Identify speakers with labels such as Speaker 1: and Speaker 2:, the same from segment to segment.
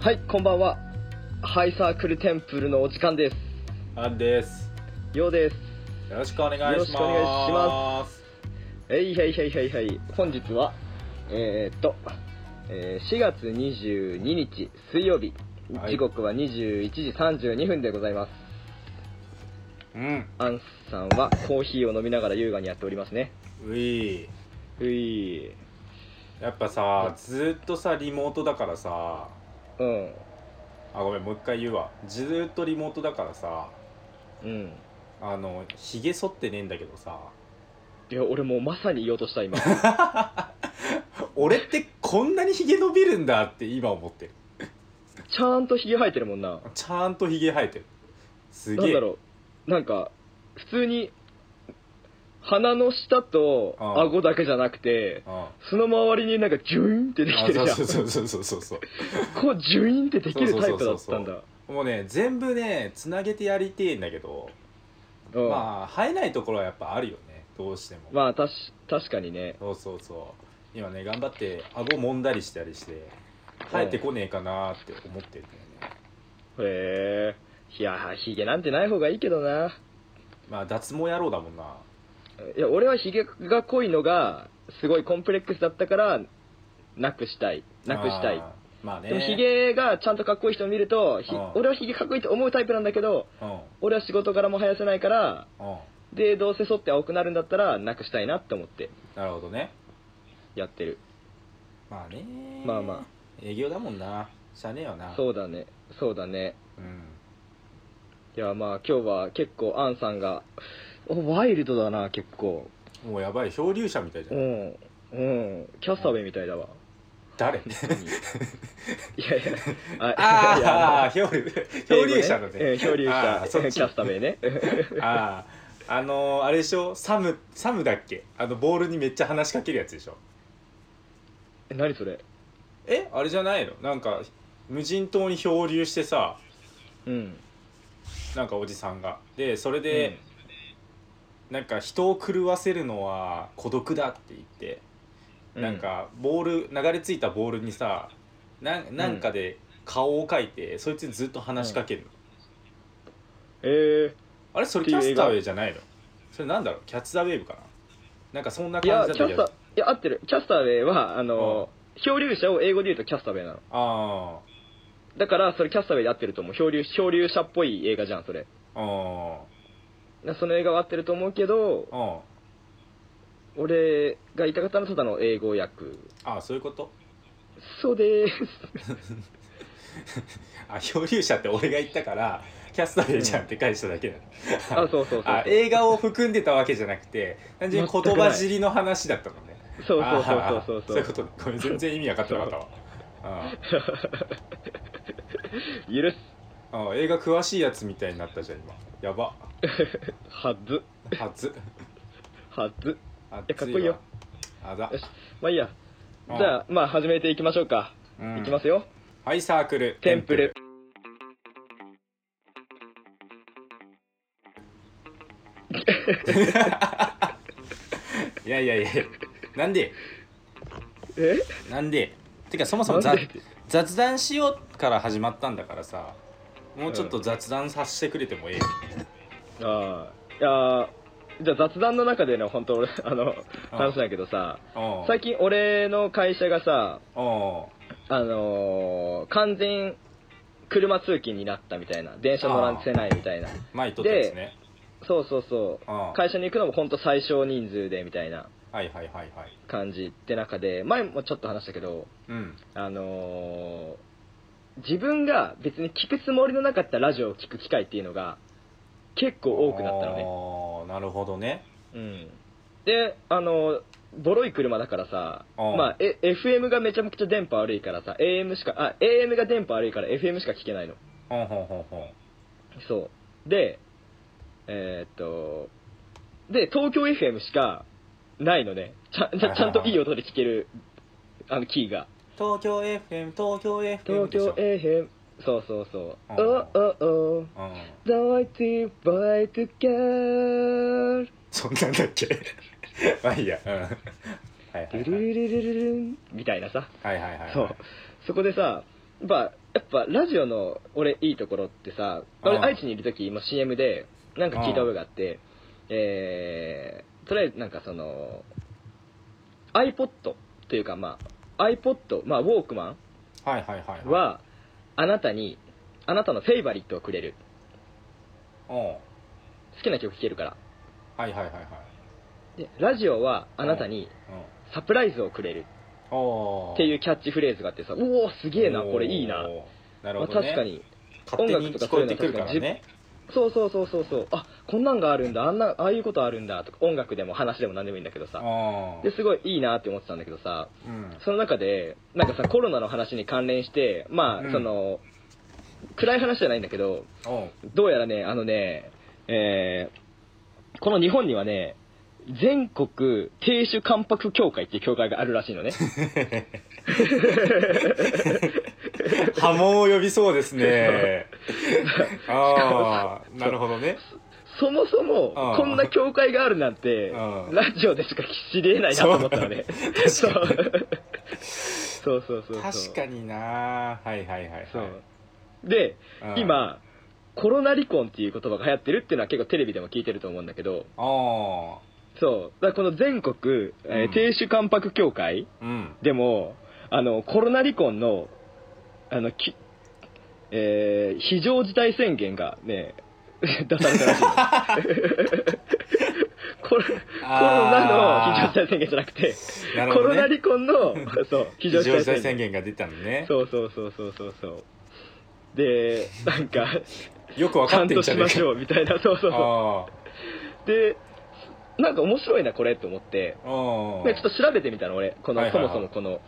Speaker 1: はい、こんばんは。ハイサークルテンプルのお時間です。
Speaker 2: アンです。
Speaker 1: ようです。
Speaker 2: よろしくお願いします。。
Speaker 1: よろしくお願いしますえいはいはいはいはい。本日は、えー、っと、えー4月22日水曜日、
Speaker 2: はい
Speaker 1: 時刻は21時32分でございます。
Speaker 2: うん。
Speaker 1: アンさんはコーヒーを飲みながら優雅にやっておりますね。
Speaker 2: うい。
Speaker 1: うい
Speaker 2: やっぱさ、ずっとさ、リモートだからさ、
Speaker 1: うん。
Speaker 2: あ、ごめん、もう一回言うわ。ずっとリモートだからさ、
Speaker 1: うん。
Speaker 2: あの、ひげ剃ってねえんだけどさ、
Speaker 1: いや、俺もうまさに言おうとした、 今。
Speaker 2: 俺ってこんなにひげ伸びるんだって今思ってる。
Speaker 1: ちゃんとヒゲ生えてるもんな。
Speaker 2: ちゃんとひげ生えてる。す
Speaker 1: な
Speaker 2: げえ。
Speaker 1: んだろう。なんか、普通に、鼻の下と
Speaker 2: ああ
Speaker 1: 顎だけじゃなくて、
Speaker 2: うん。あ
Speaker 1: その周りになんかジュインってできてるじゃん。
Speaker 2: そうそうそうそうそうそう
Speaker 1: こうジュインってできるタイプだったんだ。
Speaker 2: もうね全部ねつなげてやりてえんだけど、
Speaker 1: うんまあ、
Speaker 2: まあ生えないところはやっぱあるよねどうしても
Speaker 1: たし確かにね。
Speaker 2: そうそうそう今ね頑張って顎揉んだりしたりして生えてこねえかなって思ってるんだよね
Speaker 1: へえ。いや、ヒゲなんてない方がいいけどな。
Speaker 2: まあ脱毛野郎だもんない
Speaker 1: や、俺はヒゲが濃いのが、すごいコンプレックスだったから、なくしたい。なくしたい。
Speaker 2: あーまあね
Speaker 1: でもヒゲがちゃんとかっこいい人を見ると、ひ
Speaker 2: ああ
Speaker 1: 俺はヒゲかっこいいと思うタイプなんだけど、
Speaker 2: うん
Speaker 1: 俺は仕事柄も生やせないから、
Speaker 2: うん
Speaker 1: で、どうせ剃って青くなるんだったら、なくしたいなって思って
Speaker 2: なるほどね
Speaker 1: やってる。
Speaker 2: まあね
Speaker 1: まあま
Speaker 2: 営業だもんなしゃねえよな
Speaker 1: そうだね。そうだね。
Speaker 2: うん
Speaker 1: いやまあ今日は結構アンさんがおワイルドだな結構
Speaker 2: もうやばい漂流者みたいじゃ、
Speaker 1: うんんうんキャスターウェイみたいだわ
Speaker 2: 誰
Speaker 1: 本当にいやいや あいや
Speaker 2: ああ漂流漂流者だね
Speaker 1: 英語うん漂流
Speaker 2: あー
Speaker 1: 者
Speaker 2: そ
Speaker 1: キ
Speaker 2: っち
Speaker 1: ャスターウェイ ね
Speaker 2: あああのーあれでしょサムサムだっけあのボールにめっちゃ話しかけるやつでしょ
Speaker 1: え何それ
Speaker 2: えあれじゃないのなんか無人島に漂流してさ
Speaker 1: うん
Speaker 2: なんかおじさんがでそれで、なんか人を狂わせるのは孤独だって言って、
Speaker 1: う
Speaker 2: なんかボール流れ着いたボールにさなんなんかで顔を描いて、そいつにずっと話しかけるの、
Speaker 1: えー、
Speaker 2: あれそれ
Speaker 1: って
Speaker 2: キ
Speaker 1: いう
Speaker 2: ャ
Speaker 1: 映
Speaker 2: ス
Speaker 1: 画
Speaker 2: ターウェイじゃないのそれなんだろうキャッツ・ザ・ウェーブかななんかそんない
Speaker 1: や
Speaker 2: 感じ
Speaker 1: キ
Speaker 2: だ
Speaker 1: ャス
Speaker 2: ったけ
Speaker 1: ター
Speaker 2: ど
Speaker 1: いや合ってるキャスターウェイはあの漂流者を英語で言うとキャスターウェイなの
Speaker 2: あ
Speaker 1: だからそれキャスターウェイで合ってると思う漂流漂流者っぽい映画じゃんそれ
Speaker 2: ああ
Speaker 1: なその映画は合ってると思うけど
Speaker 2: ああ
Speaker 1: 俺が言いたかったのはただの英語訳
Speaker 2: ああそういうこと
Speaker 1: そうです。
Speaker 2: あ漂流者って俺が言ったからキャスターウェイじゃんって返しただけなの、
Speaker 1: あ、そうそうそう。
Speaker 2: あ映画を含んでたわけじゃなくて単純に言葉尻の話だったのね
Speaker 1: そうそうそうそう
Speaker 2: あー
Speaker 1: そ
Speaker 2: そうういうことねごめん全然意味分かってなかったわあ
Speaker 1: 許す。
Speaker 2: ーあー映画詳しいやつみたいになったじゃん今やば
Speaker 1: はず。
Speaker 2: 初
Speaker 1: はず。
Speaker 2: あ
Speaker 1: やかっこいいよ
Speaker 2: あだ
Speaker 1: よし。まあいいや。じ
Speaker 2: うん
Speaker 1: ゃあ、まあ始めていきましょうか。
Speaker 2: うん
Speaker 1: いきますよ。
Speaker 2: はいサークル
Speaker 1: テンプル。
Speaker 2: いやいやいやなんで
Speaker 1: え
Speaker 2: なんでてかそもそも
Speaker 1: な
Speaker 2: 雑
Speaker 1: んで
Speaker 2: 雑談しようから始まったんだからさもうちょっと雑談させてくれてもええよ、
Speaker 1: ああ。いやーじゃあ雑談の中でね、本当俺、 あの、
Speaker 2: うん
Speaker 1: 話だけどさ、
Speaker 2: うん、
Speaker 1: 最近俺の会社がさ、
Speaker 2: うん
Speaker 1: あのー完全車通勤になったみたいな、電車乗らせないみたいな。
Speaker 2: 前撮ったやつね
Speaker 1: そうそうそう。
Speaker 2: うんはい
Speaker 1: 会社に行くのも本当最小人数でみたいな
Speaker 2: はいはいはい
Speaker 1: 感じって中で前もちょっと話したけど
Speaker 2: うん
Speaker 1: あのー自分が別に聞くつもりのなかったラジオを聞く機会っていうのが結構多くなったのね、
Speaker 2: ねなるほどね
Speaker 1: うん、であのーボロい車だからさ、
Speaker 2: あー
Speaker 1: まあ、え FM がめちゃくちゃ電波悪いからさ AM しかあ AM が電波悪いから FM しか聞けないの
Speaker 2: ほんほんほんほん
Speaker 1: そうでえーっとで東京 FM しかないのねちゃんちゃんちゃんといい音で聞けるあのキーが
Speaker 2: 東京 FM 東京 FM
Speaker 1: 東
Speaker 2: でし
Speaker 1: 京
Speaker 2: ょ
Speaker 1: FM そうそうそう「
Speaker 2: あー
Speaker 1: おおお
Speaker 2: うん
Speaker 1: どいてバイトキャー
Speaker 2: そんなんだっけ まあいいやうんはいはい
Speaker 1: ルルルルルルン」みたいなさ
Speaker 2: はいはいはいはい
Speaker 1: そうそこでさやっぱやっぱラジオの俺いいところってさ俺
Speaker 2: うん
Speaker 1: 愛知にいる時今 CM でなんか聞いた覚えがあってえー、とりあえずなんかその iPod というかまあ iPod まあウォークマ
Speaker 2: はいはいはい
Speaker 1: ンはあなたにあなたのフェイバリットをくれる
Speaker 2: うんはい
Speaker 1: 好きな曲聴けるから
Speaker 2: はいはいはい
Speaker 1: でラジオはあなたにサプライズをくれる
Speaker 2: うんおー
Speaker 1: っていうキャッチフレーズがあってさおおすげえなこれいいな、
Speaker 2: おーなる
Speaker 1: まあ、
Speaker 2: ほど、
Speaker 1: 確
Speaker 2: ね
Speaker 1: かに
Speaker 2: 勝手に聞こえてくるからね
Speaker 1: そうそうそうそうそうあこんなんがあるんだあんなああいうことあるんだとか音楽でも話でも何でもいいんだけどさ
Speaker 2: あ
Speaker 1: ですごいいいなって思ってたんだけどさ
Speaker 2: うん
Speaker 1: その中でなんかさコロナの話に関連してま
Speaker 2: う
Speaker 1: あ
Speaker 2: ん
Speaker 1: その、暗い話じゃないんだけど
Speaker 2: うん
Speaker 1: どうやらねあのねえーこの日本にはね全国亭主関白協会っていう協会があるらしい のね
Speaker 2: 波紋を呼びそうです ねああなるほどね
Speaker 1: そもそも
Speaker 2: うん
Speaker 1: こんな協会があるなんて
Speaker 2: うん
Speaker 1: ラジオでしか知りえないなと思ったのね
Speaker 2: そう
Speaker 1: そうそうそうそうそう
Speaker 2: 確かになはいはいはいはい
Speaker 1: そうで、
Speaker 2: うん
Speaker 1: 今コロナ離婚っていう言葉が流行ってるっていうのは結構テレビでも聞いてると思うんだけど
Speaker 2: あ
Speaker 1: そうだからこの全国、え
Speaker 2: う
Speaker 1: ー
Speaker 2: ん
Speaker 1: 亭主関白協会
Speaker 2: あうん
Speaker 1: でもあのコロナ離婚のあのき、えー非常事態宣言がね 出されたらしい のコロコロナの非常事態宣言じゃなくて
Speaker 2: なる
Speaker 1: コ
Speaker 2: ほど
Speaker 1: ロ
Speaker 2: ね
Speaker 1: ナ離婚のそう非
Speaker 2: 非
Speaker 1: 常
Speaker 2: 常
Speaker 1: 事
Speaker 2: 事
Speaker 1: 態
Speaker 2: 態
Speaker 1: 宣
Speaker 2: 宣
Speaker 1: 言
Speaker 2: 言が出たのね
Speaker 1: そうそうそうそうそうそうでなんか
Speaker 2: よ くわ
Speaker 1: ちゃ
Speaker 2: かっ
Speaker 1: ん
Speaker 2: てん
Speaker 1: と
Speaker 2: じゃ
Speaker 1: し
Speaker 2: ね
Speaker 1: ま
Speaker 2: え
Speaker 1: し
Speaker 2: か
Speaker 1: ょうみたいなそうそうそ
Speaker 2: あ
Speaker 1: うでなんか面白いなこれと思って
Speaker 2: ああ
Speaker 1: でちょっと調べてみたの俺この、
Speaker 2: はいはいはい
Speaker 1: そもそもこの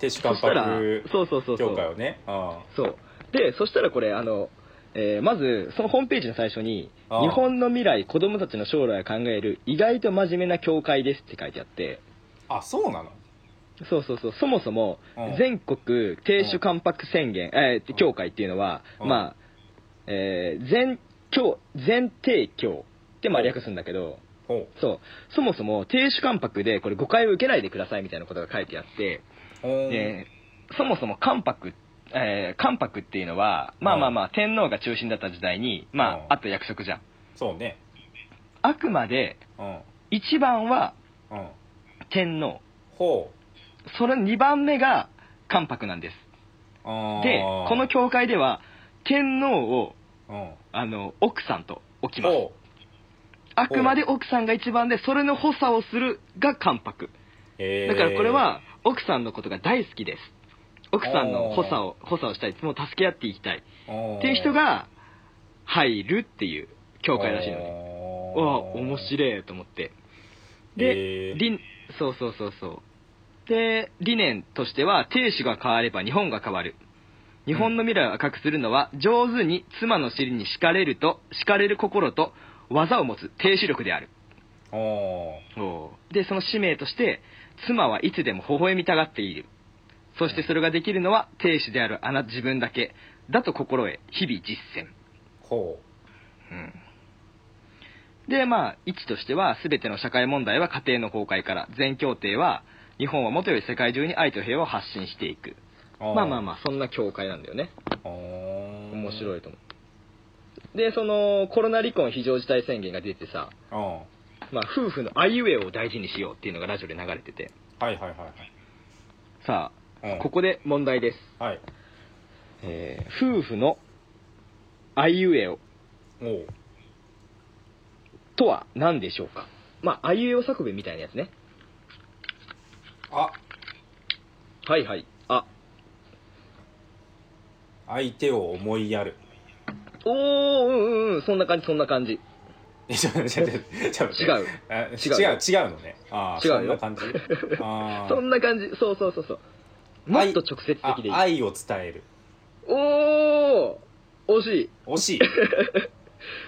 Speaker 2: 亭主
Speaker 1: そ
Speaker 2: 関
Speaker 1: したら
Speaker 2: 白
Speaker 1: そうそうそうそ
Speaker 2: 協会
Speaker 1: う
Speaker 2: をねあ
Speaker 1: そうでそしたらこれあの、えーまずそのホームページの最初に「
Speaker 2: ああ
Speaker 1: 日本の未来子供たちの将来を考える意外と真面目な協会です」って書いてあって
Speaker 2: ああそうなの
Speaker 1: そうそうそうそもそも
Speaker 2: うん
Speaker 1: 全国亭主関白宣言、えー協会っていうのは、
Speaker 2: うん
Speaker 1: まあ、えー全教全帝教ってまあ
Speaker 2: うん
Speaker 1: 略すんだけど、
Speaker 2: ほう
Speaker 1: そうそもそも亭主関白でこれ誤解を受けないでくださいみたいなことが書いてあって、
Speaker 2: ほう
Speaker 1: えーそもそも関白えー関白っていうのは、まあまあまあ、天皇が中心だった時代に、
Speaker 2: う
Speaker 1: ま
Speaker 2: ん
Speaker 1: あ、あった役職じゃん。
Speaker 2: そうね
Speaker 1: あくまで、
Speaker 2: うん
Speaker 1: 一番は
Speaker 2: うん
Speaker 1: 天皇。
Speaker 2: ほう
Speaker 1: それ二番目が関白なんです。
Speaker 2: ああ
Speaker 1: でこの教会では天皇を
Speaker 2: うん
Speaker 1: あの奥さんと置きます
Speaker 2: ほう
Speaker 1: あくまで奥さんが一番でそれの補佐をするが関白
Speaker 2: へえ
Speaker 1: だからこれは奥さんのことが大好きです奥さんの補佐を補佐をしたいいつも助け合っていきたい
Speaker 2: っ
Speaker 1: っていう人が入るっていう教会らしいのね
Speaker 2: ね
Speaker 1: わあ面白いと思ってで、
Speaker 2: えー
Speaker 1: りんそうそうそうそうで理念としては亭主が変われば日本が変わる日本の未来を赤くするのは上手に妻の尻に敷かれると敷かれる心と技を持つ亭主力である
Speaker 2: お
Speaker 1: でその使命として妻はいつでも微笑みたがっているそしてそれができるのは亭主であるあな自分だけだと心得日々実践
Speaker 2: ーほ
Speaker 1: うんでまあ位置としては全ての社会問題は家庭の崩壊から全協定は日本はもとより世界中に愛と平和を発信していく
Speaker 2: う
Speaker 1: まあまあ
Speaker 2: あ
Speaker 1: まあそんな教会なんだよね面
Speaker 2: 面
Speaker 1: 白
Speaker 2: い
Speaker 1: いと思うでそのコロナ離婚非常事態宣言が出てさ、
Speaker 2: うんは
Speaker 1: まあ、夫婦のあいうえおを大事にしようっていうのがラジオで流れてて
Speaker 2: いはいはいはい
Speaker 1: さあ、
Speaker 2: うん
Speaker 1: ここで問題です、
Speaker 2: はい
Speaker 1: えー夫婦のあいうえお
Speaker 2: おう
Speaker 1: とは何でしょうかまああいうえお作文みたいなやつね
Speaker 2: あ
Speaker 1: はいはいあ
Speaker 2: 相手を思いやる
Speaker 1: おーうんうんうんそんな感じそんな感じ
Speaker 2: えちょっと待ってちょっと
Speaker 1: 違
Speaker 2: 待っ
Speaker 1: う
Speaker 2: てあ違う
Speaker 1: 違うよ
Speaker 2: 違うのねあー
Speaker 1: 違うよ
Speaker 2: そんな感じ あ
Speaker 1: そ
Speaker 2: ー
Speaker 1: んな感じそうそうそうそうもっと直接
Speaker 2: あ
Speaker 1: 的でいい
Speaker 2: 愛を伝える
Speaker 1: おお惜しい
Speaker 2: 惜しい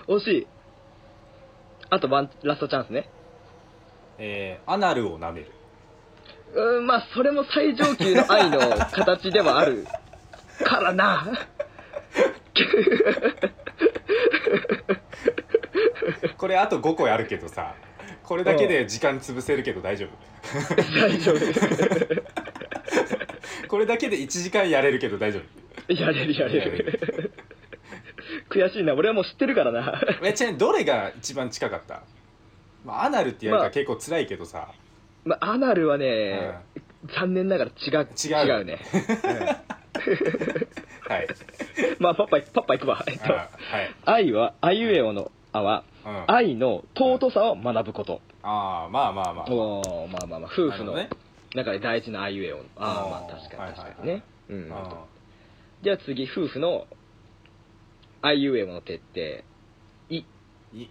Speaker 1: 惜しいあとワンラストチャンスね
Speaker 2: えーアナルを舐める
Speaker 1: うーんまあそれも最上級の愛の形ではあ るからな
Speaker 2: これあと5個やるけどさこれだけで時間潰せるけど大丈夫
Speaker 1: 大丈夫
Speaker 2: これだけで1時間やれるけど大丈夫
Speaker 1: やれるやれる悔しいな俺はもう知ってるからな
Speaker 2: えちなみにどれが一番近かった、まあ、アナルってやる
Speaker 1: ま
Speaker 2: から
Speaker 1: あ
Speaker 2: 結構辛いけどさ、
Speaker 1: まあアナルはね、残念ながら違う
Speaker 2: 違う
Speaker 1: ね、
Speaker 2: はい
Speaker 1: うんまあパッパパッパ行くわえっと
Speaker 2: あはい
Speaker 1: 愛はあいうえおの「あ」は
Speaker 2: うん、あ
Speaker 1: 愛の尊さを学ぶこと、
Speaker 2: あーまあまあまあ
Speaker 1: おーまあまあまあ夫婦の
Speaker 2: なる
Speaker 1: 中で大事なあいうえおの「あ」まあ
Speaker 2: あー
Speaker 1: 確かに確かに
Speaker 2: はい
Speaker 1: ね、う
Speaker 2: ほ
Speaker 1: ん
Speaker 2: どね
Speaker 1: じゃあ次夫婦の「あいうえおの徹底
Speaker 2: うんい」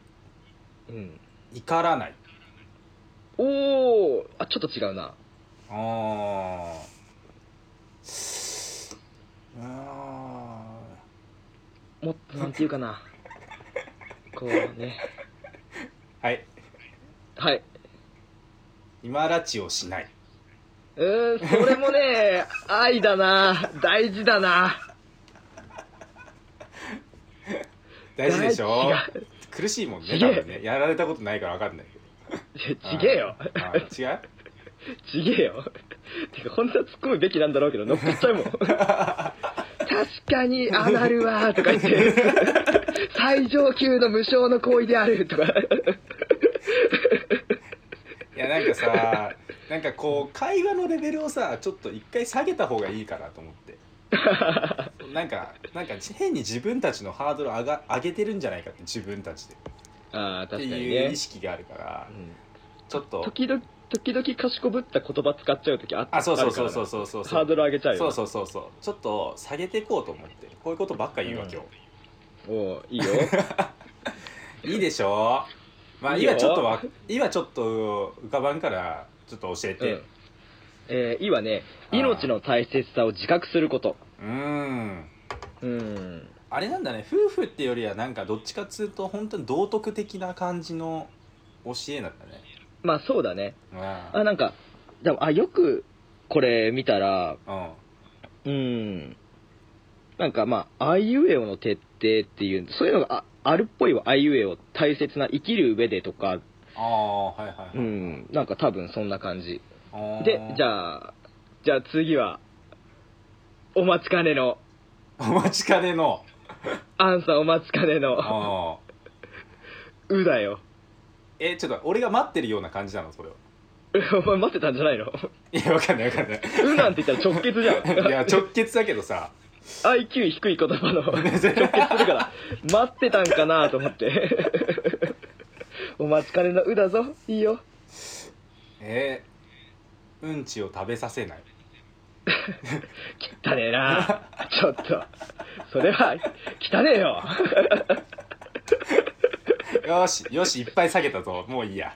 Speaker 1: うん
Speaker 2: 怒らない
Speaker 1: おおあちょっと違うな
Speaker 2: あーうーん
Speaker 1: もっとなんていうかなこうね
Speaker 2: はい
Speaker 1: はい
Speaker 2: 今拉致をしないう
Speaker 1: ーんそれもね愛だな大事だな
Speaker 2: 大事でしょ
Speaker 1: 大事が
Speaker 2: 苦しいもん
Speaker 1: す
Speaker 2: ね
Speaker 1: げ
Speaker 2: 多
Speaker 1: え
Speaker 2: 分ねやられたことないから分かんないけど
Speaker 1: ちげえよ
Speaker 2: あー違う
Speaker 1: ちげえよ てか本当は突っ込むべきなんだろうけど乗っかっ ちゃうもん確かにアナルはとか言って最上級の無償の行為であるとか
Speaker 2: いやなんかさなんかこう会話のレベルをさちょっと一回下げた方がいいかなと 思ってなんかなんか変に自分たちのハードル上が上げてるんじゃないかって自分たちで
Speaker 1: ああ
Speaker 2: って
Speaker 1: 確かに
Speaker 2: いう
Speaker 1: ね
Speaker 2: 意識があるから
Speaker 1: うん
Speaker 2: ちょっと
Speaker 1: 時々時々かしこぶった言葉使っちゃう時あ
Speaker 2: あそうそうそう
Speaker 1: あ
Speaker 2: そう
Speaker 1: る
Speaker 2: そうそう
Speaker 1: からなハードル上げちゃう
Speaker 2: そう
Speaker 1: よ
Speaker 2: そうそうそうちょっと下げていこうと思ってこういうことばっか言うわ
Speaker 1: うん
Speaker 2: 今
Speaker 1: おういい よ
Speaker 2: 日いいでしょまあ
Speaker 1: いいよ
Speaker 2: 今ちょっとわ今ちょっと浮かばんからちょっと教え
Speaker 1: う
Speaker 2: て
Speaker 1: んえー、いいわね
Speaker 2: あー
Speaker 1: 命の大切さを自覚すること
Speaker 2: うーん
Speaker 1: うん
Speaker 2: あれなんだね夫婦ってよりはなんかどっちかっつうと本当に道徳的な感じの教えなんだね
Speaker 1: まあそうだね
Speaker 2: うん
Speaker 1: あなんかでもあよくこれ見たら
Speaker 2: う
Speaker 1: う
Speaker 2: ん
Speaker 1: んなんかまああいうえおの徹底っていうそういうのがああるっぽいわあいうえお大切な生きる上でとか
Speaker 2: ああはいはいうはい、
Speaker 1: んなんか多分そんな感じ
Speaker 2: あー
Speaker 1: でじゃあじゃあ次はお待ちかねの
Speaker 2: お待ちかねの
Speaker 1: アンさんお待ちかねの
Speaker 2: あー
Speaker 1: 「う」だよ
Speaker 2: えちょっと俺が待ってるような感じなのそれは
Speaker 1: お前待ってたんじゃないの
Speaker 2: いやわかんないわか んない
Speaker 1: うなんて言ったら直結じ ゃん。
Speaker 2: いや直結だけどさ
Speaker 1: IQ 低い言葉 の直結するから、待ってたんかなと思 って。お待ちかねのうだぞ。いいよ。
Speaker 2: えー、うんちを食べさせない
Speaker 1: 汚ねえな。ちょっと。それは、汚ねえよ。
Speaker 2: よしよしいっぱい下げたぞもういいや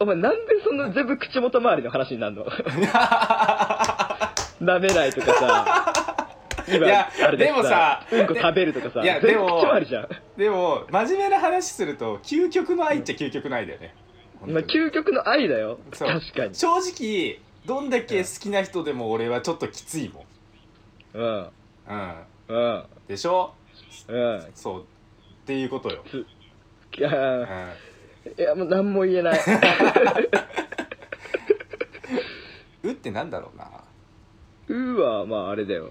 Speaker 1: お前なんでそんな全部口元周りの話になるの 舐めないとかさ。今、
Speaker 2: いや
Speaker 1: あれで
Speaker 2: でもさ
Speaker 1: うんこ食べるとかさ。
Speaker 2: いや
Speaker 1: 全部
Speaker 2: でも
Speaker 1: 口周りじゃん。
Speaker 2: でも真面目な話すると究極の愛っちゃ究極の愛だよね、
Speaker 1: 今、究極の愛だよ。
Speaker 2: そう
Speaker 1: 確かに。
Speaker 2: 正直どんだけ好きな人でも俺はちょっときついも
Speaker 1: うん。
Speaker 2: んうん
Speaker 1: うん。
Speaker 2: でしょ
Speaker 1: うん。
Speaker 2: そうっていうことよ、
Speaker 1: いや
Speaker 2: うん、
Speaker 1: ーいや、もう何も言え ない。
Speaker 2: うってなんだろうな
Speaker 1: うはまああれだよ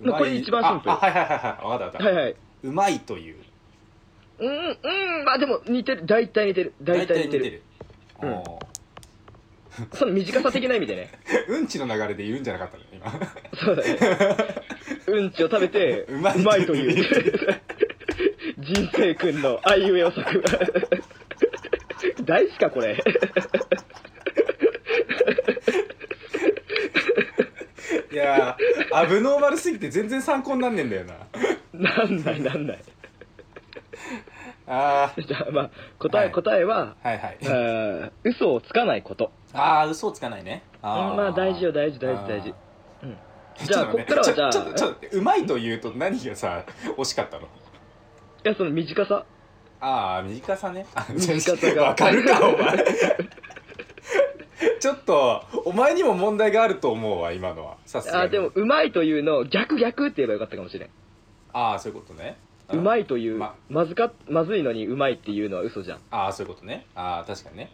Speaker 2: うまい
Speaker 1: これ一番シンプル
Speaker 2: ああはいはいはいはい分かった分かった、
Speaker 1: はいはいう
Speaker 2: まいという
Speaker 1: うんうんまあでも似てる大体似てる大体似てる
Speaker 2: 大体
Speaker 1: うん
Speaker 2: 似てる
Speaker 1: その短さ的な意味でね
Speaker 2: おーうんちの流れで言うんじゃなかったね今
Speaker 1: そうだねうんちを食べて
Speaker 2: うまいう
Speaker 1: という 人生くんのあいうえお作大事かこれ
Speaker 2: いやーアブノーマルすぎて全然参考になんねえんだよな
Speaker 1: なんないなんない
Speaker 2: あー
Speaker 1: じゃあまあ答え、
Speaker 2: はい
Speaker 1: 答えは
Speaker 2: はいはい
Speaker 1: あー嘘をつかないこと
Speaker 2: ああ嘘をつかないねあー
Speaker 1: まあ大事よ大事大事
Speaker 2: あー
Speaker 1: 大事うん
Speaker 2: ち
Speaker 1: じゃあ
Speaker 2: ょ
Speaker 1: こっからはじゃあ
Speaker 2: ちょっとちょっとちょっとうまいというと何がさ惜しかったの
Speaker 1: いやその短さ
Speaker 2: ああ短さねあ
Speaker 1: 短さが
Speaker 2: わかるかお前ちょっとお前にも問題があると思うわ今のはさすがに
Speaker 1: あでもうまいというのを逆逆って言えばよかったかもしれん
Speaker 2: ああそういうことね
Speaker 1: うまいという
Speaker 2: ま
Speaker 1: まずかまずいのにうまいっていうのは嘘じゃん
Speaker 2: ああそういうことねああ確かにね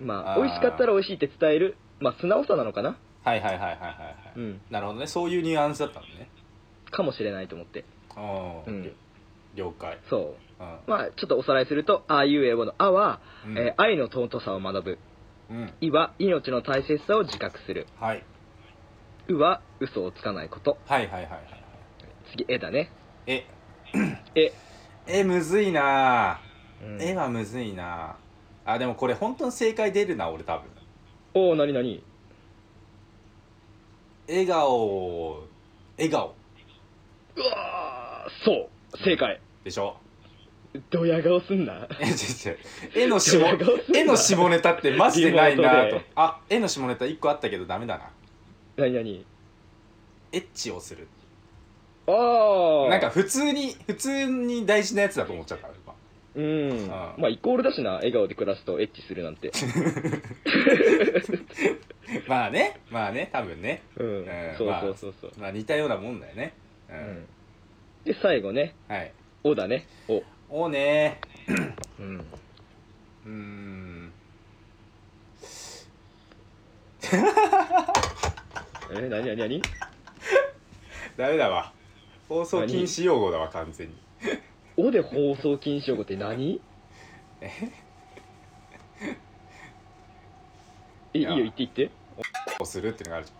Speaker 1: まあ
Speaker 2: あー
Speaker 1: 美味しかったら美味しいって伝えるまあ素直さなのかな
Speaker 2: はいはいはいはいはい、はい
Speaker 1: うん
Speaker 2: なるほどねそういうニュアンスだったのね
Speaker 1: かもしれないと思って
Speaker 2: あ
Speaker 1: う
Speaker 2: あ、
Speaker 1: ん
Speaker 2: 了解
Speaker 1: そ
Speaker 2: うん
Speaker 1: うまあちょっとおさらいすると「あいうえお」の「あ」は、
Speaker 2: うん
Speaker 1: えー愛の尊さを学ぶ
Speaker 2: うん
Speaker 1: 「い」は命の大切さを自覚する
Speaker 2: はい
Speaker 1: 「う」は嘘をつかないこと
Speaker 2: はいはいはいはいはい
Speaker 1: 次「え」だね
Speaker 2: え
Speaker 1: え
Speaker 2: えむずいな
Speaker 1: うん
Speaker 2: 絵はむずいなあでもこれ本当に正解出るな俺多分
Speaker 1: おおなになに
Speaker 2: 笑顔笑顔
Speaker 1: うわーそう正解
Speaker 2: でしょ
Speaker 1: ドヤ顔すんな
Speaker 2: え違う違う絵の下
Speaker 1: ドヤ顔すんな
Speaker 2: 絵の下ネタってマジでな
Speaker 1: リ
Speaker 2: いな
Speaker 1: モ
Speaker 2: と
Speaker 1: ートで
Speaker 2: あ絵の下ネタ1個あったけどダメだな
Speaker 1: なになに
Speaker 2: エッチをする
Speaker 1: ああ
Speaker 2: なんか普通に普通に大事なやつだと思っちゃった今
Speaker 1: うん
Speaker 2: あー
Speaker 1: まあイコールだしな笑顔で暮らすとエッチするなん て
Speaker 2: まあねまあね多分ね、
Speaker 1: うん
Speaker 2: えー
Speaker 1: そう
Speaker 2: まあ
Speaker 1: そうそうそう、
Speaker 2: まあ、似たようなもんだよねうん、
Speaker 1: うんで最後ね
Speaker 2: はい
Speaker 1: 「お」だね「お」
Speaker 2: おね
Speaker 1: うん
Speaker 2: うーん
Speaker 1: えー、何何何
Speaker 2: ダメだわ放送禁止用語だわ完全に
Speaker 1: おで放送禁止用語って何
Speaker 2: え
Speaker 1: えいい
Speaker 2: いや
Speaker 1: よ言って言って
Speaker 2: をするっていうのがあるじ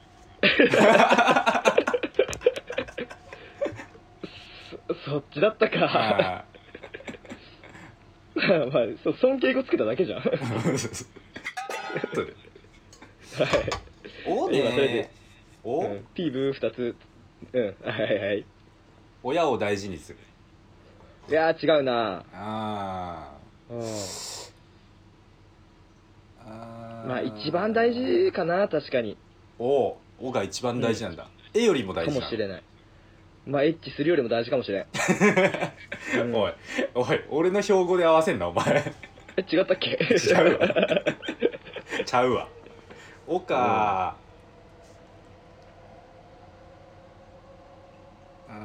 Speaker 1: そそっちだった
Speaker 2: ゃん
Speaker 1: か
Speaker 2: あ
Speaker 1: まあそ尊敬語つけただけじゃんはい
Speaker 2: ー それお
Speaker 1: 今それで
Speaker 2: ねお、
Speaker 1: うんピーブー2つうんはいはい
Speaker 2: 親を大事にする
Speaker 1: いやー違うな
Speaker 2: あ
Speaker 1: うん
Speaker 2: ーあー
Speaker 1: まあ一番大事かな確かに
Speaker 2: おおが一番大事なんだ、絵よりも大
Speaker 1: か
Speaker 2: 事
Speaker 1: も
Speaker 2: なん
Speaker 1: しれないまあエッチするよりも大事かもしれ んうん
Speaker 2: おいおい俺の標語で合わせんなお前
Speaker 1: え違ったっけ
Speaker 2: ちゃうわちゃうわおか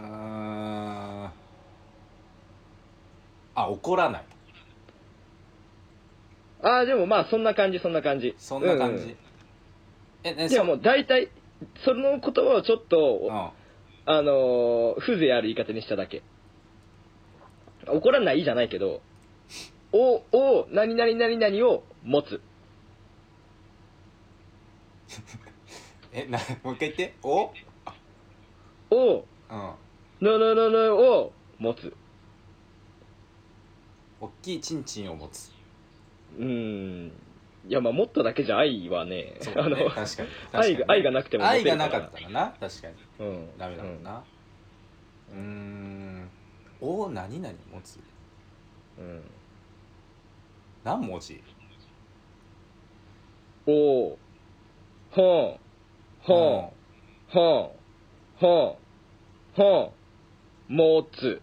Speaker 2: あーあ怒らない
Speaker 1: ああでもまあそんな感じそんな感じ
Speaker 2: そんな感じ、
Speaker 1: うん
Speaker 2: えね
Speaker 1: でももう大体その言葉をちょっと、
Speaker 2: うん
Speaker 1: あのー風情ある言い方にしただけ怒らないじゃないけどおお何々何々を持つ
Speaker 2: えなもう一回言ってお
Speaker 1: お
Speaker 2: うん
Speaker 1: ののののを持つ
Speaker 2: 大きいチンチンを持つ
Speaker 1: うーんいやまあ持っただけじゃ愛はね
Speaker 2: そう
Speaker 1: あ
Speaker 2: だね
Speaker 1: の
Speaker 2: 確かに確かに
Speaker 1: 愛が愛がなくても持て
Speaker 2: 愛
Speaker 1: るら
Speaker 2: がなかったらな確かに
Speaker 1: うん
Speaker 2: ダメだもんなうーんお何々持つ
Speaker 1: うん、
Speaker 2: 何文字
Speaker 1: うん、おほんほんほん、ほん、ほん、持つ。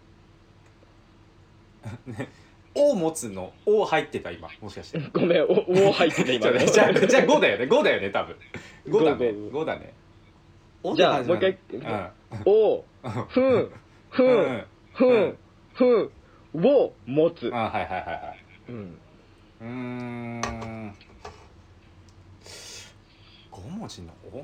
Speaker 2: うんお持つのお入ってた今もしかして
Speaker 1: ごめん、お、お入ってた
Speaker 2: じゃ
Speaker 1: 今
Speaker 2: あ
Speaker 1: の。
Speaker 2: じゃあじゃあ5だよね5だよね多分5だね
Speaker 1: ごご
Speaker 2: 5だねお
Speaker 1: じゃあ
Speaker 2: って感じだね
Speaker 1: お、
Speaker 2: うん
Speaker 1: ふん、ふ
Speaker 2: うん
Speaker 1: ん、ふん、ふん、を持つ
Speaker 2: あ。はいはいはいはい
Speaker 1: うん。
Speaker 2: うーん5文字のお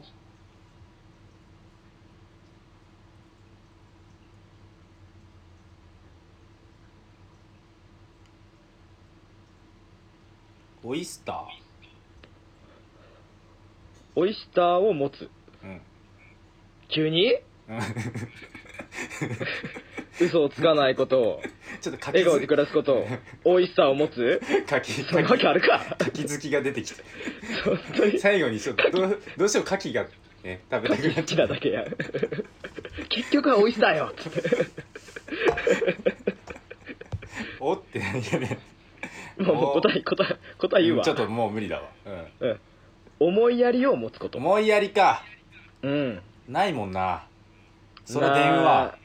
Speaker 2: オイスタ
Speaker 1: オイスターを持つ。
Speaker 2: ーうん
Speaker 1: 急 に
Speaker 2: うん
Speaker 1: 嘘をつかないこと、
Speaker 2: ちょっと書き
Speaker 1: 笑顔で
Speaker 2: づ
Speaker 1: 暮らすこと、オイスターを持つ
Speaker 2: 書き書
Speaker 1: そ んなわ
Speaker 2: き
Speaker 1: けあるか
Speaker 2: 書き好きが出てきた
Speaker 1: 本当に。
Speaker 2: 最後にちょっとどうどうしても牡蠣がね食べたくなっ
Speaker 1: 好き
Speaker 2: ちゃ
Speaker 1: な
Speaker 2: っ
Speaker 1: だけや。結局はオイスターよ。つって
Speaker 2: おって何がね
Speaker 1: もうもう答え、答え、答え言うわ
Speaker 2: ちょ。っともう無理だわ、うん、
Speaker 1: うん思いやりを持つこと。
Speaker 2: 思いやりか
Speaker 1: うん。
Speaker 2: ないもんなそれ電話
Speaker 1: な
Speaker 2: あ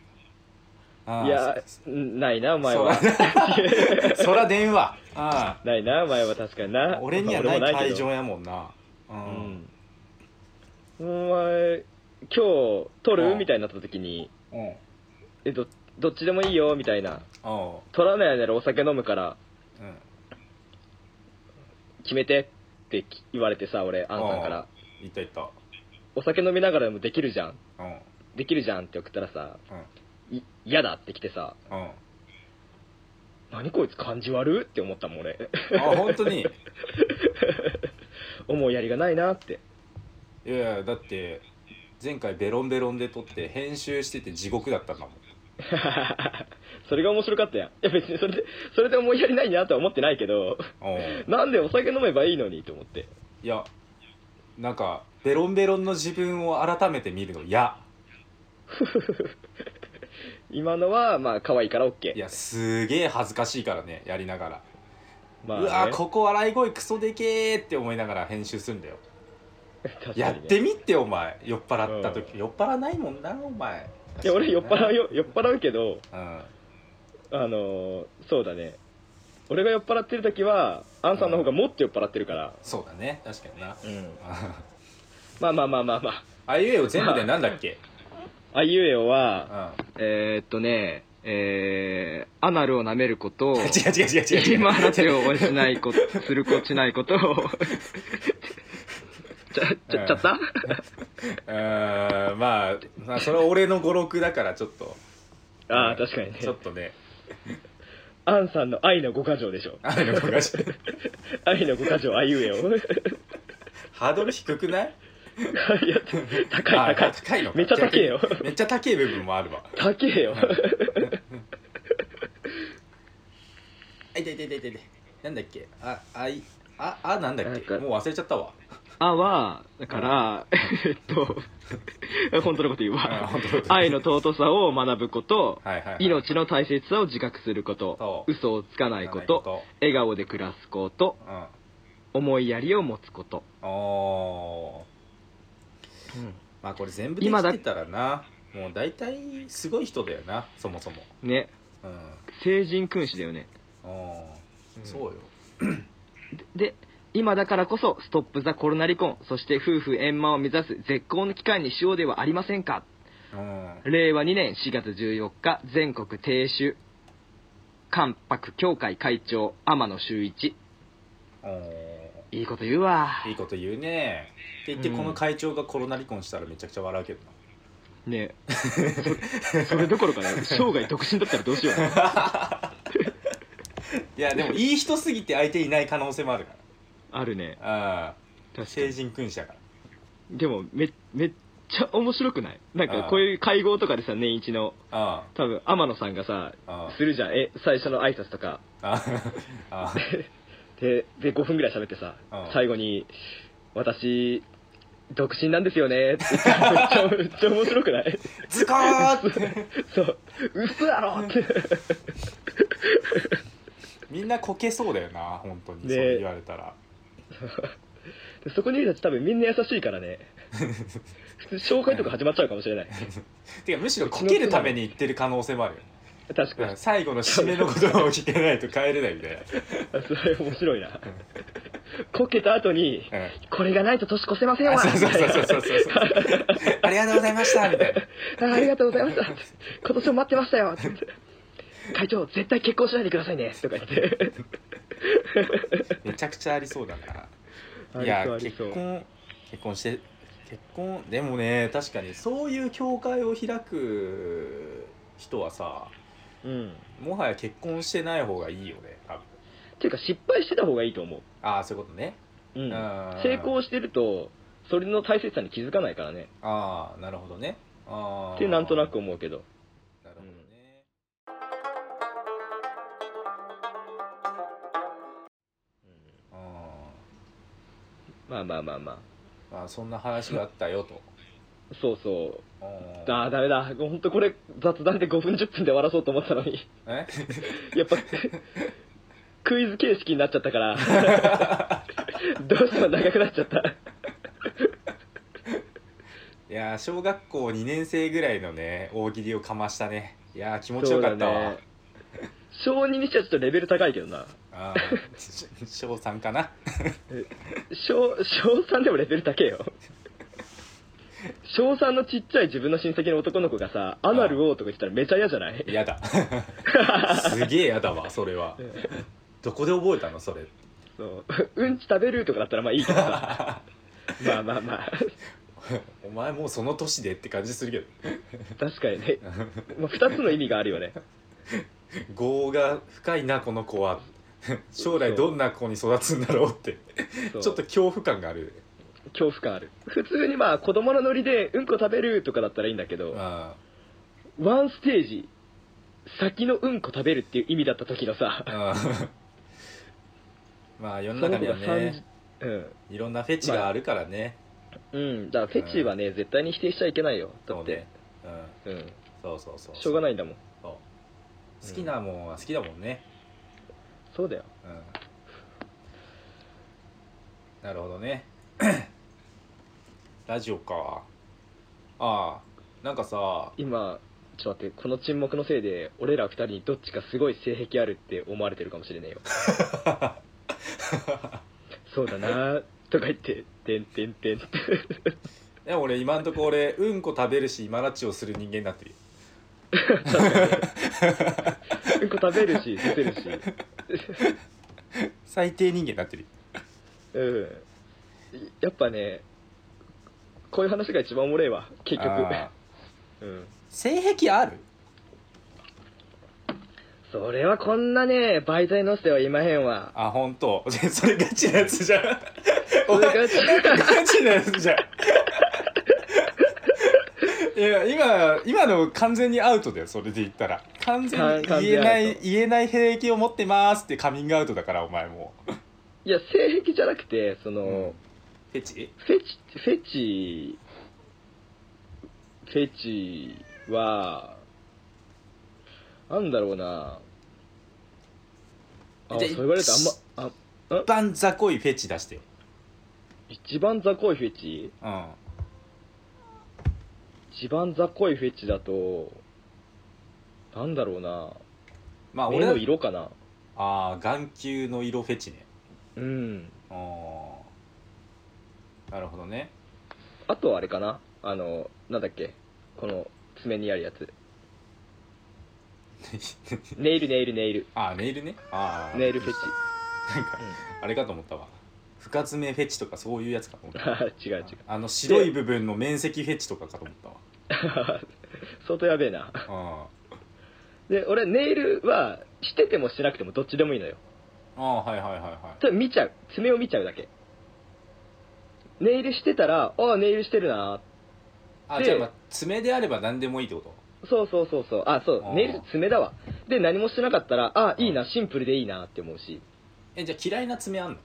Speaker 1: あ
Speaker 2: あ
Speaker 1: いやんないなお前は
Speaker 2: そそら 電話あ
Speaker 1: ないなお前は確かに
Speaker 2: あ
Speaker 1: な
Speaker 2: 俺には
Speaker 1: ま
Speaker 2: な
Speaker 1: あ俺
Speaker 2: い
Speaker 1: もけ
Speaker 2: 会
Speaker 1: ど
Speaker 2: 場やもんなう
Speaker 1: うんんお前今日撮
Speaker 2: う
Speaker 1: る
Speaker 2: ん
Speaker 1: みたいになった時に
Speaker 2: うん
Speaker 1: えどどっちでもいいよみたいな
Speaker 2: おう
Speaker 1: 撮らないならお酒飲むから
Speaker 2: うん
Speaker 1: 決めてってき言われてさ俺アンさんから
Speaker 2: いったいった
Speaker 1: お酒飲みながらでもできるじゃん
Speaker 2: うん
Speaker 1: できるじゃんって送ったらさい嫌だって来てさ
Speaker 2: うんうん
Speaker 1: 何こいつ感じ悪って思ったもん俺
Speaker 2: あ本当にい
Speaker 1: 思うやりがないなって
Speaker 2: やいやだって前回ベロンベロンで撮って編集してて地獄だったんだもん
Speaker 1: それが面白かったやんいや別にそれでそれで思いやりないなとは思ってないけど
Speaker 2: うん
Speaker 1: なんでお酒飲めばいいのにと思って
Speaker 2: いやなんかベロンベロンの自分を改めて見るの嫌
Speaker 1: 今のはまあ可愛いから OK
Speaker 2: いやすげえ恥ずかしいからねやりながら、
Speaker 1: まあ、
Speaker 2: う
Speaker 1: ね、
Speaker 2: わここ笑い声クソでけえって思いながら編集するんだよ、
Speaker 1: 確かにね
Speaker 2: やってみってお前酔っ払った時、
Speaker 1: うん
Speaker 2: 酔っ払わないもんなお前
Speaker 1: いや俺酔っ払う
Speaker 2: よ、
Speaker 1: よ酔っ払うけど
Speaker 2: うん、
Speaker 1: あのーそうだね俺が酔っ払ってる時はアンさんの方がもっと酔っ払ってるから
Speaker 2: そうだね確かにな
Speaker 1: うん
Speaker 2: あ
Speaker 1: まあまあまあまあまあ
Speaker 2: あいうえお全部でなんだっけ、
Speaker 1: あいうえお
Speaker 2: うん、
Speaker 1: は
Speaker 2: 違
Speaker 1: えー、っとねえー、アナルを舐めることを
Speaker 2: う 違う違う違う違う
Speaker 1: 今の手をしないことするこしないことを ちゃちゃちゃった
Speaker 2: うーんまあ、まあ、それは俺の語録だからちょっ と
Speaker 1: ああ確かにね
Speaker 2: ちょっとね
Speaker 1: アンさんの愛の五箇条でしょ
Speaker 2: あの子が
Speaker 1: 愛の五箇条あいう えおい
Speaker 2: ハードル低くない
Speaker 1: や高
Speaker 2: あ
Speaker 1: い高い
Speaker 2: 高いのか
Speaker 1: めっちゃ高えよ
Speaker 2: 逆にめっちゃ高い部分もあるわ
Speaker 1: 高えよ
Speaker 2: あいたいたいたいたいたなんだっけああいああなんだっ
Speaker 1: なん
Speaker 2: け
Speaker 1: か
Speaker 2: もう忘れちゃっ たわ
Speaker 1: あは、だから、えっと、 本当のこと言う
Speaker 2: あ
Speaker 1: わ。
Speaker 2: 本当
Speaker 1: 愛の尊さを学ぶこと、
Speaker 2: はいはいはい
Speaker 1: 命の大切さを自覚すること、
Speaker 2: そう
Speaker 1: 嘘をつかないこ、
Speaker 2: ないこと
Speaker 1: 笑顔で暮らすこと、思いやりを持つこと。
Speaker 2: うんおーまあこれ全部で
Speaker 1: 今
Speaker 2: き
Speaker 1: だ
Speaker 2: てたらなもう大体すごい人だよなそもそも
Speaker 1: ね、
Speaker 2: うん
Speaker 1: 成人君子だよね。
Speaker 2: おーそうよ
Speaker 1: で、今だからこそ、ストップ・ザ・コロナ離婚、そして夫婦円満を目指す絶好の機会にしようではありませんか。
Speaker 2: うん
Speaker 1: 令和2年4月14日全国亭主関白協会会長天野修一
Speaker 2: お
Speaker 1: いいこと言うわ
Speaker 2: ーいいこと言うねって言って
Speaker 1: うん
Speaker 2: この会長がコロナ離婚したらめちゃくちゃ笑うけどな
Speaker 1: ねえそそ れどころかね生涯独身だったらどうしようね
Speaker 2: いやでもいい人すぎて相手いない可能性もあるか
Speaker 1: あるね
Speaker 2: らうん
Speaker 1: 確か
Speaker 2: 成
Speaker 1: に
Speaker 2: 人君子だから
Speaker 1: でもめめっちゃ面白くないなん
Speaker 2: あ
Speaker 1: か
Speaker 2: あ
Speaker 1: こういう会合とかでさ年一の
Speaker 2: あ
Speaker 1: 多分天野さんがさ
Speaker 2: あ
Speaker 1: するじゃんえ最初の挨拶とか
Speaker 2: ああ
Speaker 1: でで5分ぐらい喋ってさ
Speaker 2: ああ
Speaker 1: 最後に「私独身なんですよね」って言ったらめっちゃめっちゃ面白く ない
Speaker 2: ズコーって
Speaker 1: そう嘘だろって
Speaker 2: みんなこけそうだよな本当に
Speaker 1: ね
Speaker 2: そう言われたら
Speaker 1: そこにいる人たち多分みんな優しいからね普通紹介とか始まっちゃうかもしれない
Speaker 2: てかむしろこけるために言ってる可能性もあるよ
Speaker 1: 確かに
Speaker 2: うん最後の締めの言葉を聞けないと帰れないみたい
Speaker 1: それ面白いなこけた後に
Speaker 2: な、うん
Speaker 1: これがないと年越せませんわ
Speaker 2: あそうそうそうそうそうそうありがとうございましたみたいな
Speaker 1: あありがとうございました今年も待ってましたよ会長絶対結婚しないでくださいねとか言 って
Speaker 2: めちゃくちゃありそうだない
Speaker 1: あ
Speaker 2: や
Speaker 1: り
Speaker 2: 結
Speaker 1: そうありそう
Speaker 2: 婚結婚して結婚でもね確かにそういう教会を開く人はさ
Speaker 1: うん
Speaker 2: もはや結婚してない方がいいよね多分
Speaker 1: っていうか失敗してた方がいいと思
Speaker 2: ああそういうことね、
Speaker 1: う、う、
Speaker 2: うん
Speaker 1: 成
Speaker 2: 成
Speaker 1: 功してるとそれの大切さに気づかないからね
Speaker 2: ああなるほどねああ
Speaker 1: ってなんとなく思うけど
Speaker 2: なるほどね、あ
Speaker 1: まあまあまあまあ
Speaker 2: あまあそんな話があったよと
Speaker 1: そうそう
Speaker 2: ああ
Speaker 1: あーダメだ本当これ雑談で5分10分で終わらそうと思ったのに
Speaker 2: え
Speaker 1: やっぱクイズ形式になっちゃったから どうしても長くなっちゃった
Speaker 2: いやー小学校2年生ぐらいのね大喜利をかましたねいやー気持ちよかったわ、
Speaker 1: 小2にしてはちょっとレベル高いけどな
Speaker 2: あー小3かな
Speaker 1: 小小3でもレベル高えよ小3のちっちゃい自分の親戚の男の子がさ「アナルを」とか言ってたらめちゃ嫌じゃない
Speaker 2: やだすげえやだわそれはどこで覚えたのそれ
Speaker 1: そううんち食べるとかだったらまあいいけどさまあまあまあ
Speaker 2: お前もうその年でって感じする
Speaker 1: 確かにね
Speaker 2: け、ど
Speaker 1: まあ、2つの意味があるよね
Speaker 2: 業が深いなこの子は将来どんな子に育つんだろうって
Speaker 1: そう
Speaker 2: ちょっと恐怖感がある
Speaker 1: 恐怖感ある普通にまあ子供のノリでうんこ食べるとかだったらいいんだけど
Speaker 2: あ
Speaker 1: ワンステージ先のうんこ食べるっていう意味だった時のさ
Speaker 2: ーあ ーまあ世
Speaker 1: そ
Speaker 2: の中
Speaker 1: の子
Speaker 2: に
Speaker 1: が
Speaker 2: はね
Speaker 1: 三うん
Speaker 2: いろんなフェチがあるからね、
Speaker 1: うんだからフェチはね、絶対に否定しちゃいけないよだ
Speaker 2: そう
Speaker 1: っ
Speaker 2: ね
Speaker 1: て、
Speaker 2: うん、
Speaker 1: うん
Speaker 2: そうそうそう
Speaker 1: しょうがないんだもん
Speaker 2: そう好きなもんは好きだもんね、
Speaker 1: そうだよ
Speaker 2: うん、なるほどね ラジオかああなんかさ
Speaker 1: 今ちょっと待ってこの沈黙のせいで俺ら二人にどっちかすごい性癖あるって思われてるかもしれ ねえよそうだなとか言って「てんてんてん」って
Speaker 2: いや俺今んとこ俺うんこ食べるし今ラッチをする人間になってるよ
Speaker 1: うんこ食べるし捨てるし
Speaker 2: 最低人間になってるよ
Speaker 1: うんやっぱねこういう話が一番おもれえわ結局
Speaker 2: あー
Speaker 1: うん
Speaker 2: 性癖ある
Speaker 1: それはこんなね媒体のせてはいまへんわ
Speaker 2: あ本当 それガチなやつじゃんお
Speaker 1: それ
Speaker 2: 前
Speaker 1: ガ
Speaker 2: ガ
Speaker 1: チ
Speaker 2: チなやつじゃん いや今今の完全にアウトだよそれで言ったら完全に
Speaker 1: 完完
Speaker 2: 言え
Speaker 1: 全
Speaker 2: な
Speaker 1: アウ
Speaker 2: い
Speaker 1: ト
Speaker 2: 言えない兵役を持ってますってカミングアウトだからお前も
Speaker 1: いや性癖じゃなくてその、
Speaker 2: うんフェチ
Speaker 1: フェチフェチフェチはなんだろうなあそう
Speaker 2: じゃあ
Speaker 1: 言われたあんまあ
Speaker 2: 一番雑魚いフェチ出してよ
Speaker 1: 一番雑魚いフェチ
Speaker 2: うん
Speaker 1: 一番雑魚いフェチだとなんだろうな
Speaker 2: まあ
Speaker 1: 目
Speaker 2: 俺
Speaker 1: の
Speaker 2: は
Speaker 1: 色かな
Speaker 2: ああ眼球の色フェチね
Speaker 1: うん
Speaker 2: ああなるほどね
Speaker 1: あとはあれかなあのなんだっけこの爪にあるやつネイルネイルネイル
Speaker 2: あネイルねああ
Speaker 1: ネイルフェチ
Speaker 2: なんかあれかと思ったわ深爪フェチとかそういうやつかと思った
Speaker 1: 違う違う
Speaker 2: あの白い部分の面積フェチとかかと思っ
Speaker 1: 相当やべえな
Speaker 2: たわ
Speaker 1: で俺ネイルはしててもしなくてもどっちでもいいのよ
Speaker 2: うんああーはいはいはいは
Speaker 1: ただ見ちゃう爪を見ちゃうだけネイルしてたらああネイルしてるない
Speaker 2: あ
Speaker 1: で
Speaker 2: じゃあ、まあ、爪であれば何でもいいってこと
Speaker 1: そうそうそうそうあそう
Speaker 2: あー
Speaker 1: ネイル爪だわで何もしてなかったらああいいな
Speaker 2: うん
Speaker 1: シンプルでいいなって思うし
Speaker 2: えじゃあ嫌いな爪あんの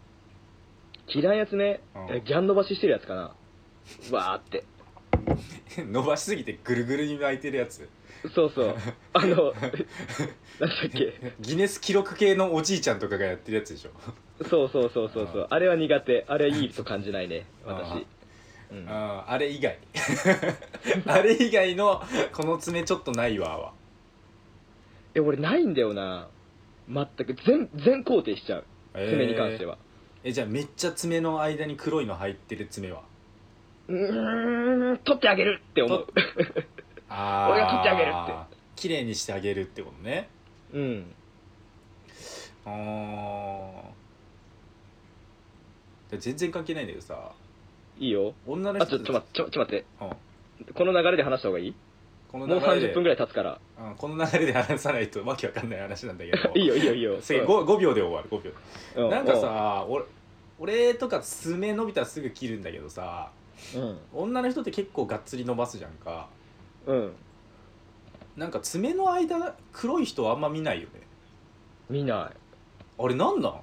Speaker 1: 嫌いな爪
Speaker 2: うん
Speaker 1: ギャン伸ばししてるやつかなわーって
Speaker 2: 伸ばしすぎてぐるぐるに巻いてるやつ
Speaker 1: そう そうあのなんだっけ
Speaker 2: ギネス記録系のおじいちゃんとかがやってるやつでしょ、
Speaker 1: そうそうそうそうそうあれは苦手あれはいいと感じないね私うん
Speaker 2: あーあれ以外 あれ以外のこの爪ちょっとないわは
Speaker 1: え俺ないんだよな全く全全肯定しちゃう爪に関しては、
Speaker 2: えーえじゃあめっちゃ爪の間に黒いの入ってる爪は
Speaker 1: うーん取ってあげるって思う
Speaker 2: あ
Speaker 1: 俺が取ってあげる
Speaker 2: って綺麗にしてあげるってことね
Speaker 1: うん
Speaker 2: うーん全然関係ないんだけどさ
Speaker 1: いいよ
Speaker 2: 女の
Speaker 1: あ
Speaker 2: 人
Speaker 1: ちょちょ待ってちょちょ待って
Speaker 2: うん
Speaker 1: この流れで話した方がいい
Speaker 2: この
Speaker 1: もう
Speaker 2: 流れで
Speaker 1: 30分ぐらい経つから
Speaker 2: うんこの流れで話さないとわ けわかんない話なんだけど
Speaker 1: いいよいいよいいよ
Speaker 2: すげえ 5, 秒で終わる5秒
Speaker 1: う
Speaker 2: なんかさ俺俺とか爪伸びたらすぐ切るんだけどさ
Speaker 1: うん
Speaker 2: 女の人って結構がっつり伸ばすじゃんか
Speaker 1: うん
Speaker 2: なんか爪の間黒い人あんま見ないよね
Speaker 1: 見な
Speaker 2: あれなんなん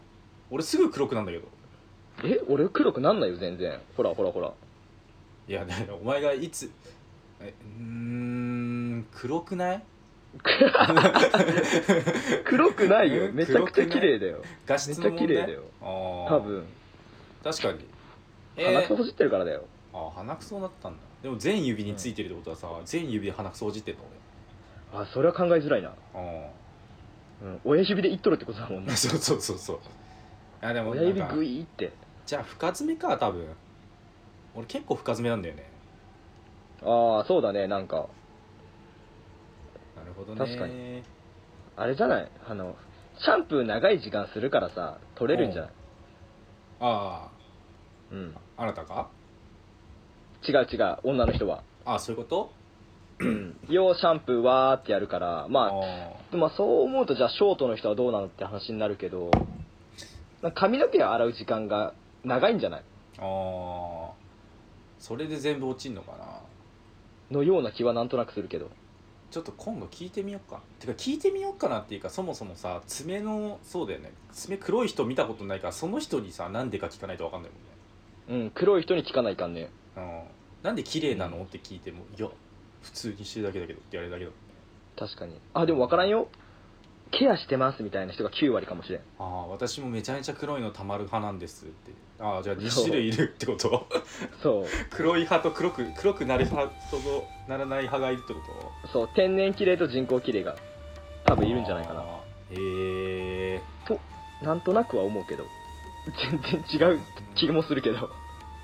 Speaker 2: 俺すぐ黒くなんだけど
Speaker 1: いえ俺黒くなんないよ全然ほらほらほら
Speaker 2: いやだからお前がいつえうーん黒 くない
Speaker 1: 黒くないよ
Speaker 2: うん
Speaker 1: めちゃくちゃ
Speaker 2: 黒くな
Speaker 1: 綺
Speaker 2: い
Speaker 1: 麗だよ
Speaker 2: 画
Speaker 1: めっ
Speaker 2: 質
Speaker 1: ちゃ
Speaker 2: の
Speaker 1: 綺
Speaker 2: 問
Speaker 1: 麗だ
Speaker 2: 題
Speaker 1: よ
Speaker 2: あー
Speaker 1: 多分
Speaker 2: 確かに
Speaker 1: 鼻くそ
Speaker 2: えー
Speaker 1: ほじってるからだよ
Speaker 2: あ鼻くそになったんだでも全指についてるってことはさ、全指で鼻くそほじってんの
Speaker 1: あそれは考えづらいな
Speaker 2: 俺あ
Speaker 1: うん親指でいっとるってことだもん
Speaker 2: あ
Speaker 1: な
Speaker 2: そうそうそうそうあでも
Speaker 1: 親
Speaker 2: なん
Speaker 1: 指
Speaker 2: か
Speaker 1: グイーって
Speaker 2: じゃあ深爪か多分俺結構深爪なんだよね
Speaker 1: ああそうだねなんか
Speaker 2: なるほどね
Speaker 1: 確かにあれじゃないあのシャンプー長い時間するからさ取れるんじゃない
Speaker 2: あ
Speaker 1: うん
Speaker 2: ああなたか
Speaker 1: 違う違う女の 人は
Speaker 2: あそういうこと
Speaker 1: 要シャンプーわーってやるからまあ
Speaker 2: あ
Speaker 1: でもまあそう思うとじゃあショートの人はどうなのって話になるけどなんか髪の毛を洗う時間が長いんじゃない
Speaker 2: ーあーそれで全部落ちんのかな
Speaker 1: のような気はなんとなくするけど
Speaker 2: ちょっと今度聞いてみようかてか聞いてみようかなっていうかそもそもさ爪のそうだよね爪黒い人見たことないからその人にさなんでか聞かないと分かんないもんね
Speaker 1: うん黒い人に聞かないかんね
Speaker 2: うんなんで綺麗なのって聞いてもいや普通にしてるだけだけどって言われるだけだもんね
Speaker 1: 確かにあでも分からんよケアしてますみたいな人が9割かもしれん
Speaker 2: ああ私もめちゃめちゃ黒いのたまる派なんですってああじゃあ2種類いるってこと
Speaker 1: そう
Speaker 2: 黒い派と黒く黒くなる派とならない派がいるってこ
Speaker 1: そう天然綺麗と人工綺麗が多
Speaker 2: と
Speaker 1: 分いるんじゃないかな
Speaker 2: あーへえ
Speaker 1: なんとなくは思うけど全然違う気もするけど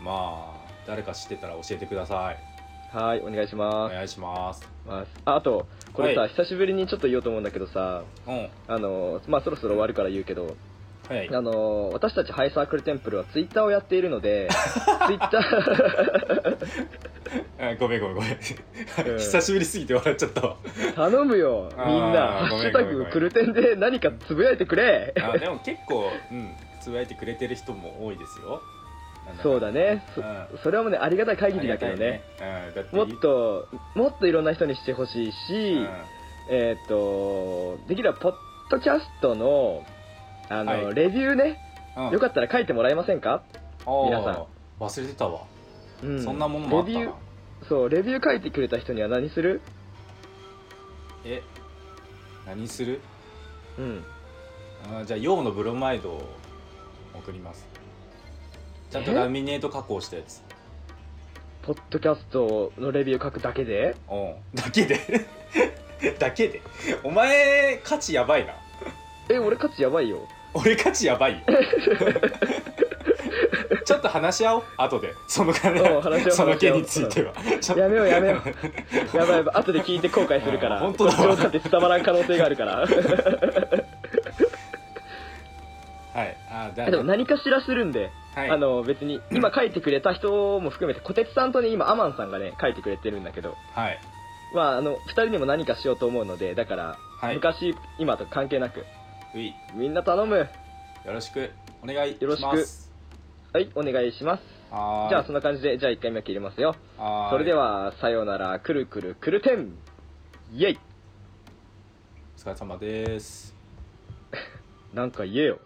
Speaker 2: まあ誰か知ってたら教えてください
Speaker 1: はいお願いし
Speaker 2: お
Speaker 1: ま
Speaker 2: 願いします
Speaker 1: すああとこれさ、
Speaker 2: は
Speaker 1: 久しぶりにちょっと言おうと思うんだけどさ
Speaker 2: うん
Speaker 1: あのまあそろそろ終わるから言うけど
Speaker 2: はい
Speaker 1: あの私たちハイサークルテンプルはツイッターをやっているの でツイッタ
Speaker 2: あごめんごめんごめん
Speaker 1: ん
Speaker 2: 久しぶりすぎて笑っちゃった わ
Speaker 1: ー頼むよみんな「ハ
Speaker 2: あー
Speaker 1: ッ
Speaker 2: ご
Speaker 1: シュ
Speaker 2: めんご
Speaker 1: タ
Speaker 2: めんご
Speaker 1: グ
Speaker 2: めん
Speaker 1: クルテン」で何かつぶやいてくれ
Speaker 2: あでも結構うんつぶやいてくれてる人も多いですよなんか
Speaker 1: そうだね
Speaker 2: う
Speaker 1: そ
Speaker 2: んあ
Speaker 1: それはもうねありがたい限り
Speaker 2: り
Speaker 1: だ
Speaker 2: が
Speaker 1: けど
Speaker 2: たい
Speaker 1: ね
Speaker 2: ねうんだって
Speaker 1: もっともっといろんな人にしてほしいし、
Speaker 2: うん
Speaker 1: えーっ、とできればポッドキャストのあの、
Speaker 2: はい
Speaker 1: レビューね
Speaker 2: うん
Speaker 1: よかったら書いてもらえませんか、皆さん
Speaker 2: あー忘れてたわ、
Speaker 1: う
Speaker 2: そんなものもあった
Speaker 1: レビュ
Speaker 2: な
Speaker 1: ーそうレビュー書いてくれた人には何する
Speaker 2: え何する
Speaker 1: うん
Speaker 2: あーじゃあ用のブロマイドを送りますちゃんと
Speaker 1: え
Speaker 2: ラミネート加工したやつ
Speaker 1: ポッドキャストのレビュー書くだけで
Speaker 2: うんだけで だけでお前価値やばいな
Speaker 1: え俺価値やばいよ
Speaker 2: 俺価値 やばいよちょっと話し合おう後でその金
Speaker 1: うん話し合おう
Speaker 2: その件についてはちょ
Speaker 1: やめようやめよ うやばいやばい後で聞いて後悔するから
Speaker 2: あ 本当だ
Speaker 1: 冗談って伝わらん可能性がある から
Speaker 2: はいあーだ
Speaker 1: でも何かしらするんで、
Speaker 2: はい
Speaker 1: あの別に今書いてくれた人も含めて小鉄さんとね今アマンさんがね書いてくれてるんだけど
Speaker 2: はい
Speaker 1: まああの2人にも何かしようと思うのでだから、
Speaker 2: はい
Speaker 1: 昔今と関係なく
Speaker 2: うい
Speaker 1: みんな頼む
Speaker 2: よろしくお願いし
Speaker 1: よろしく
Speaker 2: ます
Speaker 1: はいお願いします
Speaker 2: はーい
Speaker 1: じゃあそんな感じでじゃあ1回目は切りますよ
Speaker 2: はーい
Speaker 1: それではさようならくるくるくるてんイェイ
Speaker 2: お疲れ様です
Speaker 1: なんか言えよ